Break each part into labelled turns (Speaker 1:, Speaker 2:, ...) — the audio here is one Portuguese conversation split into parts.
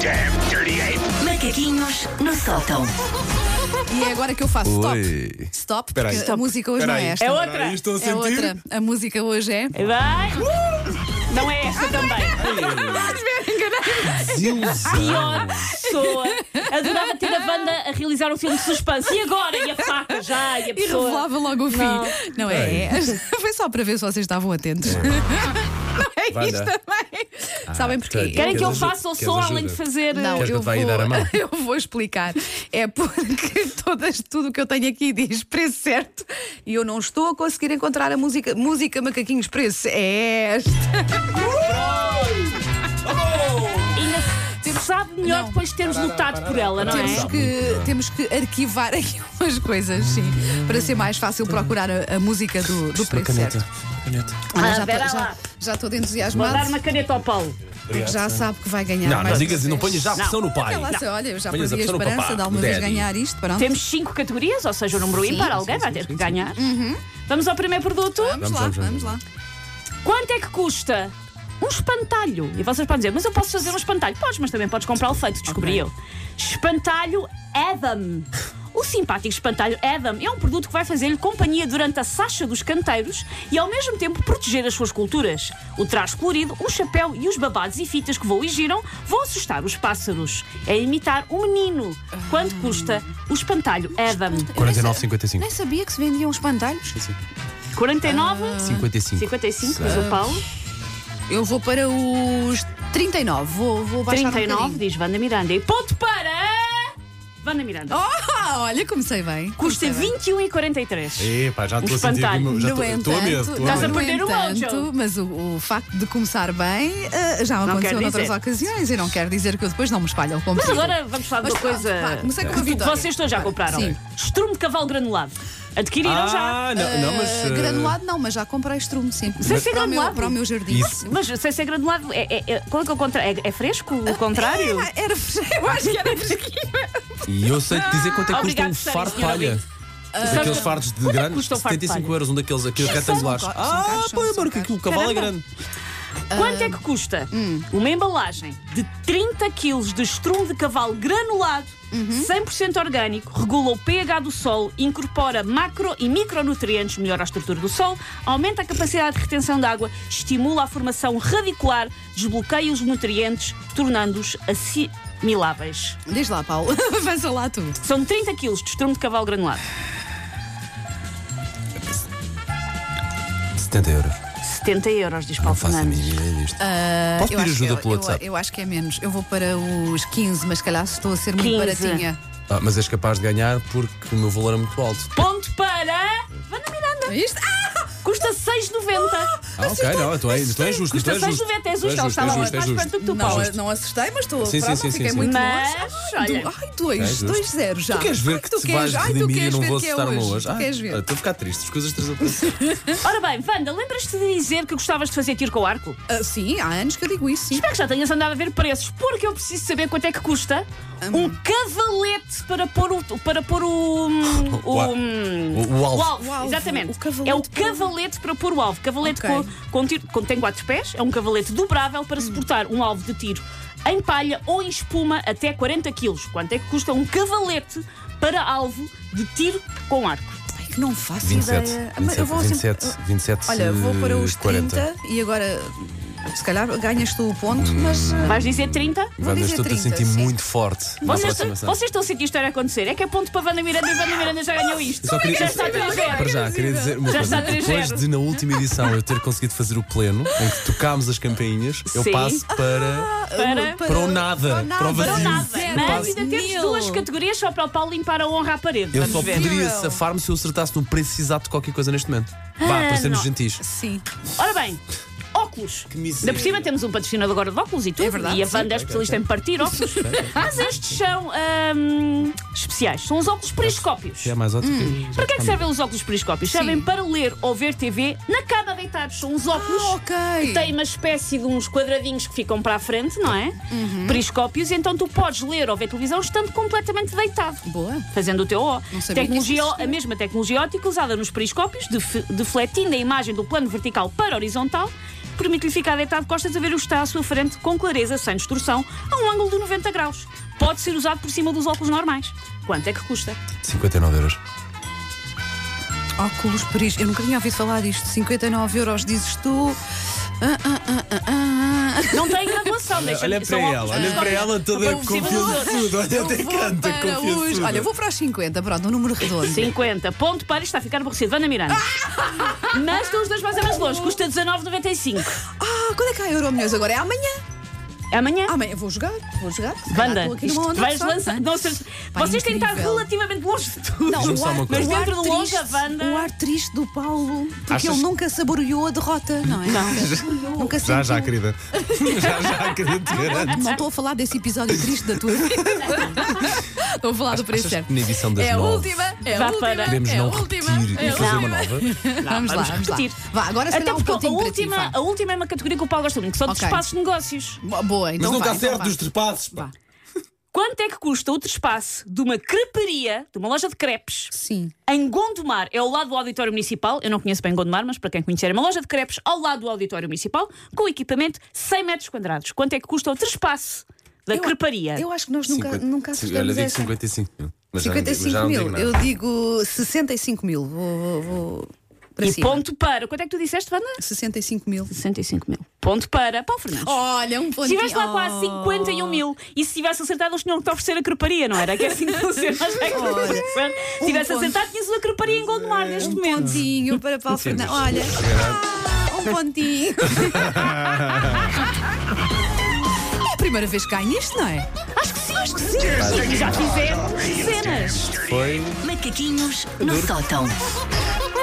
Speaker 1: damn dirty ape!
Speaker 2: Macaquinhos no sótão.
Speaker 3: E é agora que eu faço
Speaker 4: Oi.
Speaker 3: stop. Stop, porque
Speaker 4: Peraí.
Speaker 3: a música hoje não é esta.
Speaker 5: É
Speaker 4: Espera aí,
Speaker 5: outra.
Speaker 4: Estou a
Speaker 3: É
Speaker 4: sentir.
Speaker 3: outra. A música hoje é.
Speaker 5: Vai. Não é esta também. Pior pessoa. Adorava ter a banda a realizar um filme de suspense. E agora? E a faca já? E a
Speaker 3: E
Speaker 5: pessoa?
Speaker 3: revelava logo o fim. Não,
Speaker 5: Não.
Speaker 3: é? Foi só para ver se vocês estavam atentos. Não é isto
Speaker 4: Wanda.
Speaker 3: também.
Speaker 4: Ah,
Speaker 3: Sabem porquê?
Speaker 4: portanto,
Speaker 5: Querem que eu
Speaker 4: Queres
Speaker 5: faça um o
Speaker 4: ajuda?
Speaker 5: som
Speaker 4: Queres
Speaker 5: além de
Speaker 4: ajuda?
Speaker 5: fazer. eh,
Speaker 3: Não,
Speaker 4: Queres que eu
Speaker 3: eu
Speaker 4: te vá aí
Speaker 3: vou,
Speaker 4: dar a mão?
Speaker 3: eu vou explicar. É porque todas, tudo o que eu tenho aqui diz preço certo e eu não estou a conseguir encontrar a música. Música Macaquinhos Preço é esta.
Speaker 5: Ainda se sabe melhor
Speaker 3: Não.
Speaker 5: depois de termos lutado por ela, não
Speaker 3: Temos
Speaker 5: é?
Speaker 3: que, temos que arquivar aqui umas coisas, sim, para ser mais fácil procurar a, a música do, do preço certo.
Speaker 4: Caneta.
Speaker 3: Olha,
Speaker 5: Ah,
Speaker 3: já,
Speaker 5: espera
Speaker 3: tô- já,
Speaker 5: lá.
Speaker 3: já
Speaker 5: Vou
Speaker 3: estou
Speaker 5: dar uma
Speaker 3: entusiasmado,
Speaker 5: caneta ao Paulo.
Speaker 3: porque já sabe que vai ganhar.
Speaker 4: Não,
Speaker 3: mais
Speaker 4: não digas
Speaker 3: uma
Speaker 4: e não
Speaker 3: vez.
Speaker 4: ponhas já a pressão no pai.
Speaker 3: Ela se- olha, eu já
Speaker 4: Ponhas
Speaker 3: perdi a
Speaker 4: a pressão no
Speaker 3: esperança
Speaker 4: papá,
Speaker 3: de alguma
Speaker 4: no
Speaker 3: vez
Speaker 4: daddy.
Speaker 3: ganhar isto. Pronto.
Speaker 5: Temos cinco categorias, ou seja, o número ímpar, alguém vai ter que ganhar. Vamos ao primeiro produto.
Speaker 3: Vamos, lá, vamos,
Speaker 4: vamos, vamos.
Speaker 3: lá.
Speaker 5: Quanto é que custa? Um espantalho. E vocês podem dizer, mas eu posso fazer um espantalho. Podes, mas também podes comprá-lo feito, descobri eu. Espantalho Adam. O simpático espantalho Adam é um produto que vai fazer-lhe companhia durante a sacha dos canteiros e ao mesmo tempo proteger as suas culturas. O traje colorido, o chapéu e os babados e fitas que voam e giram vão assustar os pássaros. É imitar um menino. Quanto custa o espantalho Adam?
Speaker 4: 49,55.
Speaker 3: Nem sabia que se vendiam os pantalhos.
Speaker 5: 49?
Speaker 4: Ah. 55.
Speaker 5: 55, diz o Paulo.
Speaker 3: Eu vou para os 39. Vou, vou baixar
Speaker 5: 39,
Speaker 3: um bocadinho.
Speaker 5: diz Wanda Miranda. E ponto para. Wanda Miranda.
Speaker 3: Oh, olha, comecei bem.
Speaker 5: Custa
Speaker 3: comecei bem.
Speaker 5: 21,43.
Speaker 4: Epá, já estou a sentir.
Speaker 5: espantalho.
Speaker 4: como- já
Speaker 3: No
Speaker 4: estou- Estou a
Speaker 3: entanto,
Speaker 4: medo. estou a
Speaker 3: no
Speaker 5: Estás a
Speaker 4: medo.
Speaker 5: perder o
Speaker 3: entanto,
Speaker 5: mojo.
Speaker 3: Mas o, o facto de começar bem eh, já me
Speaker 5: Não
Speaker 3: aconteceu
Speaker 5: quer
Speaker 3: noutras
Speaker 5: dizer.
Speaker 3: ocasiões e não quer dizer que eu depois não me espalho ao
Speaker 5: Mas
Speaker 3: computador.
Speaker 5: agora vamos falar de
Speaker 3: Mas
Speaker 5: uma
Speaker 3: pronto,
Speaker 5: coisa.
Speaker 3: vá, comecei com uma
Speaker 5: que
Speaker 3: vitória.
Speaker 5: Vocês todos já
Speaker 3: Vá,
Speaker 5: compraram.
Speaker 3: sim.
Speaker 5: Estrume de cavalo granulado. Adquiriram já.
Speaker 4: Ah, não, não, mas.
Speaker 3: Eh,
Speaker 4: eh,
Speaker 3: granulado não, mas já comprei estrume, sim.
Speaker 5: Sem é ser
Speaker 3: para, o meu,
Speaker 5: granulado?
Speaker 3: para o meu jardim.
Speaker 4: Isso.
Speaker 5: Mas sem ser granulado, é, é, é, qual é, que é o contra- é, é fresco? O contrário?
Speaker 3: Era, era, eu acho que era fresquinho.
Speaker 4: E eu sei te dizer quanto é que custa
Speaker 5: Obrigado,
Speaker 4: um
Speaker 5: Sara,
Speaker 4: fardo de
Speaker 5: senhora
Speaker 4: palha. Daqueles fardos de
Speaker 5: Quanto é que
Speaker 4: grande,
Speaker 5: custa um fardo de
Speaker 4: 75
Speaker 5: palha?
Speaker 4: euros, um daqueles aqueles
Speaker 3: São
Speaker 4: retangulares.
Speaker 3: caros, são
Speaker 4: Ah,
Speaker 3: caros, são
Speaker 4: pô, amor, que
Speaker 3: caros.
Speaker 4: aquilo, o cavalo é
Speaker 5: Caramba.
Speaker 4: grande.
Speaker 5: Quanto é que custa uma embalagem de 30 kg de estrume de cavalo granulado, 100% orgânico, regula o pH do solo, incorpora macro e micronutrientes, melhora a estrutura do solo, aumenta a capacidade de retenção de água, estimula a formação radicular, desbloqueia os nutrientes, tornando-os assimiláveis.
Speaker 3: Diz lá, Paulo, avança lá tu.
Speaker 5: São 30 kg de estrume de cavalo granulado.
Speaker 4: 70 euros.
Speaker 5: 70 euros, diz
Speaker 4: Não
Speaker 5: Paulo
Speaker 4: faço a
Speaker 5: Fernandes.
Speaker 4: mínima ideia disto.
Speaker 3: Eu
Speaker 5: Ah,
Speaker 4: Posso pedir
Speaker 3: acho que-
Speaker 4: ajuda
Speaker 3: eu,
Speaker 4: pelo
Speaker 3: eu-
Speaker 4: WhatsApp?
Speaker 3: Eu acho que é menos. Eu vou para os 15, mas se calhar estou a ser muito
Speaker 5: 15.
Speaker 3: baratinha.
Speaker 4: Ah, mas és capaz de ganhar porque o meu valor é muito alto.
Speaker 5: Ponto para. Vanda Miranda.
Speaker 3: Isto? Ah!
Speaker 5: Custa 6,90.
Speaker 4: Ah, ok, não, tu és tu és justo. tu
Speaker 5: então, Custa
Speaker 4: és justo.
Speaker 5: 6,90. É
Speaker 4: Tu és
Speaker 5: justo, ela
Speaker 4: tu és
Speaker 5: estava mais
Speaker 4: justo, é és
Speaker 5: perto
Speaker 4: justo.
Speaker 5: do que tu, Paulo.
Speaker 3: Não, não assustei, mas estou
Speaker 4: Sim, sim,
Speaker 3: brava,
Speaker 4: sim, sim,
Speaker 3: fiquei
Speaker 4: sim.
Speaker 3: muito
Speaker 5: Mas,
Speaker 3: longe.
Speaker 5: olha.
Speaker 3: do- ai, é. dois,
Speaker 4: É justo.
Speaker 3: dois zero já.
Speaker 4: Tu queres ver
Speaker 3: Ai,
Speaker 4: que
Speaker 3: é tu
Speaker 4: te
Speaker 3: queres-
Speaker 4: vais
Speaker 3: ai, tu
Speaker 4: redimir e
Speaker 3: queres
Speaker 4: não
Speaker 3: ver
Speaker 4: vou
Speaker 3: que é
Speaker 4: assustar-me
Speaker 3: hoje.
Speaker 4: hoje?
Speaker 3: Tu
Speaker 4: Ah,
Speaker 3: queres ver?
Speaker 4: ah, Estou a ficar triste, as coisas três a três.
Speaker 5: Ora bem, Wanda, lembras-te de dizer que gostavas de fazer tiro com arco?
Speaker 3: Ah, sim, há anos que eu digo isso, sim.
Speaker 5: Espero que já tenhas andado a ver preços, porque eu preciso saber quanto é que custa
Speaker 3: Hum.
Speaker 5: um cavalete para pôr o. para pôr o. hum, o,
Speaker 4: O ar- o- o alvo.
Speaker 3: O alvo,
Speaker 5: Exatamente.
Speaker 3: o cavalete
Speaker 5: é o
Speaker 3: para-
Speaker 5: cavalete para pôr o alvo. Cavalete
Speaker 3: Ok. Hum.
Speaker 5: com, com tiro- com- tem quatro pés, é um cavalete dobrável para suportar um alvo de tiro em palha ou em espuma até 40 quilos. Quanto é que custa um cavalete para alvo de tiro com arco?
Speaker 3: Ai, que não faço
Speaker 4: 27,
Speaker 3: ideia.
Speaker 4: 27, 27, 27.
Speaker 3: Olha, vou
Speaker 4: eh,
Speaker 3: para os
Speaker 4: 40.
Speaker 3: 30 e agora, se calhar, ganhas tu o ponto,
Speaker 4: Hum.
Speaker 3: mas. ah,
Speaker 5: Vais dizer 30?
Speaker 3: Vou
Speaker 4: Wanda,
Speaker 3: dizer
Speaker 4: estou-te a
Speaker 3: 30,
Speaker 4: sentir
Speaker 3: sim.
Speaker 4: muito forte. na
Speaker 5: Vocês,
Speaker 4: aproximação.
Speaker 5: vocês estão a sentir isto a acontecer. É que é ponto para Vanda Miranda e Vanda Miranda já ganhou isto.
Speaker 4: Eu só queria- eh,
Speaker 5: Já está tudo a
Speaker 4: Para já, queria dizer uma
Speaker 5: Já
Speaker 4: coisa.
Speaker 5: está
Speaker 4: Depois
Speaker 5: 3-0.
Speaker 4: de, na última edição, eu ter conseguido fazer o pleno, em que tocámos as campainhas, eu
Speaker 5: Sim.
Speaker 4: passo
Speaker 3: Ah,
Speaker 4: para.
Speaker 5: Para-
Speaker 4: para o nada, para o
Speaker 5: Não
Speaker 4: vazio.
Speaker 5: nada.
Speaker 3: Zero.
Speaker 5: Mas ainda temos
Speaker 3: Mil.
Speaker 5: duas categorias só para o Paulo limpar a honra à parede.
Speaker 4: Eu
Speaker 5: Vamos
Speaker 4: só
Speaker 5: ver.
Speaker 4: poderia
Speaker 3: Zero.
Speaker 4: safar-me se eu acertasse no preço exato de qualquer coisa neste momento. Vá, para sermos
Speaker 5: Ah, não.
Speaker 4: gentis.
Speaker 3: Sim.
Speaker 5: Ora bem, óculos.
Speaker 4: miséria.
Speaker 5: Ainda por cima temos um patrocinador agora de óculos e tudo.
Speaker 3: É verdade,
Speaker 5: e a
Speaker 3: sim.
Speaker 5: Wanda é especialista em partir óculos. Mas estes são hum, especiais. São os óculos periscópios.
Speaker 4: Que é mais ótimo.
Speaker 5: Para que é que servem os óculos periscópios? Servem para ler ou ver TV na cama deitados. São os óculos
Speaker 3: Ah, ok.
Speaker 5: que têm uma espécie de uns quadradinhos que ficam para a frente, não é?
Speaker 3: Uhum.
Speaker 5: Periscópios, então tu podes ler ou ver televisão estando completamente deitado.
Speaker 3: Boa.
Speaker 5: Fazendo o teu O.
Speaker 3: Não sabia que isso
Speaker 5: Tecnologia,
Speaker 3: existia.
Speaker 5: a mesma tecnologia ótica usada nos periscópios, def- defletindo a imagem do plano vertical para horizontal, permite-lhe ficar deitado de costas a ver o que está à sua frente com clareza, sem distorção, a um ângulo de 90 graus. Pode ser usado por cima dos óculos normais. Quanto é que custa?
Speaker 4: 59 euros.
Speaker 3: Óculos Paris. Eu nunca tinha ouvido falar disto. 59 euros, dizes tu. Ah, ah, ah, ah, ah.
Speaker 5: Não tem graduação, deixa
Speaker 4: Olha para ela, olha para ela toda
Speaker 5: São possíveis
Speaker 4: confiança
Speaker 5: todas.
Speaker 4: tudo. Olha, até
Speaker 3: Vou
Speaker 4: canta,
Speaker 3: para os-
Speaker 4: confiança.
Speaker 3: Olha, vou para os 50, pronto, um número redondo.
Speaker 5: 50. Ponto para isto está a ficar aborrecido. Vanda Miranda. Mas estão os dois mais a mais longe. Custa 19,95.
Speaker 3: Ah, quando é que há Euro Milhões agora? É amanhã?
Speaker 5: É Amanhã.
Speaker 3: Amanhã vou jogar, vou jogar. Se calhar
Speaker 5: Banda,
Speaker 3: estou aqui
Speaker 5: isto
Speaker 3: numa onda
Speaker 5: vais
Speaker 3: só.
Speaker 5: lançar. Não, vocês
Speaker 3: Pá,
Speaker 5: vocês têm que estar
Speaker 3: incrível.
Speaker 5: relativamente longe de tudo.
Speaker 4: Diz-me só uma
Speaker 3: ar-
Speaker 4: coisa.
Speaker 3: o
Speaker 5: Mas
Speaker 3: ar
Speaker 5: dentro de longe,
Speaker 3: triste-
Speaker 5: a banda-
Speaker 3: O ar triste do Paulo, porque
Speaker 4: Achas-
Speaker 3: ele nunca saboreou a derrota, não é? Não. Nunca
Speaker 4: Já,
Speaker 3: sentiu.
Speaker 4: já, querida. Já, já, querida, te garanto.
Speaker 3: Não estou a falar desse episódio triste da tua vida. Estou a falar do preço
Speaker 4: achas
Speaker 3: certo.
Speaker 4: que na edição das
Speaker 3: é a
Speaker 4: nove
Speaker 3: última, é a
Speaker 5: Vá
Speaker 3: última,
Speaker 5: para-
Speaker 4: Podemos
Speaker 3: é a
Speaker 4: não
Speaker 3: última.
Speaker 4: repetir
Speaker 3: é
Speaker 4: e
Speaker 3: a
Speaker 4: fazer uma
Speaker 3: última.
Speaker 4: nova.
Speaker 3: Vamos lá,
Speaker 5: vamos
Speaker 3: vamos lá.
Speaker 5: repetir.
Speaker 3: Vá, agora se
Speaker 5: Até
Speaker 3: calhar um
Speaker 5: porque a
Speaker 3: pontinho para ti,
Speaker 5: última,
Speaker 3: vá.
Speaker 5: a última é uma categoria que o Paulo gosta muito, que são de
Speaker 3: Ok.
Speaker 5: espaços de negócios.
Speaker 3: Bo- Boa, então
Speaker 4: Mas nunca
Speaker 3: vai, então
Speaker 4: acerto
Speaker 3: vai.
Speaker 4: os trepassos. pá.
Speaker 3: Vá.
Speaker 5: Quanto é que custa o despaço de uma creperia, de uma loja de crepes,
Speaker 3: Sim.
Speaker 5: em Gondomar? É ao lado do Auditório Municipal. Eu não conheço bem Gondomar, mas para quem conhecer, é uma loja de crepes ao lado do Auditório Municipal, com equipamento 100 metros quadrados. Quanto é que custa o despaço da creparia?
Speaker 3: Eu acho que nós nunca, nunca
Speaker 4: É. Cinquenta-
Speaker 3: acertamos
Speaker 4: Olha, digo
Speaker 3: essa.
Speaker 4: 55 mil. Mas já não digo- mas
Speaker 3: 55
Speaker 4: já não digo
Speaker 3: mil,
Speaker 4: nada.
Speaker 3: eu digo 65 mil. Vou, vou, vou para
Speaker 5: E
Speaker 3: cima.
Speaker 5: ponto para. Quanto é que tu disseste, Vanda?
Speaker 3: 65 mil.
Speaker 5: 65 mil. Ponto para Paulo Fernandes.
Speaker 3: Olha, um
Speaker 5: Se
Speaker 3: pontinho.
Speaker 5: tivesse lá quase 51 mil e se tivesse acertado, eles tinham que te oferecer a creparia, não era? Que é assim que funciona. Mas é que não
Speaker 3: Olha,
Speaker 5: funciona. Se
Speaker 3: um
Speaker 5: tivesse
Speaker 3: ponto.
Speaker 5: acertado, tinhas uma creparia em Gondomar neste
Speaker 3: Um
Speaker 5: momento.
Speaker 3: pontinho para Paulo
Speaker 4: Sim,
Speaker 3: Fernandes.
Speaker 4: mas-
Speaker 3: Olha, ah, um pontinho. É a primeira vez que ganha isto, não é?
Speaker 5: Acho que sim, acho que sim. E já fizemos cenas.
Speaker 4: Foi.
Speaker 2: Macaquinhos no sótão.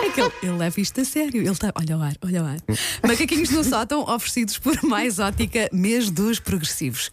Speaker 3: É que ele, ele leva isto a sério. Ele está. Olha o ar, olha o ar. Macaquinhos no sótão oferecidos por Mais Ótica, mês dos progressivos.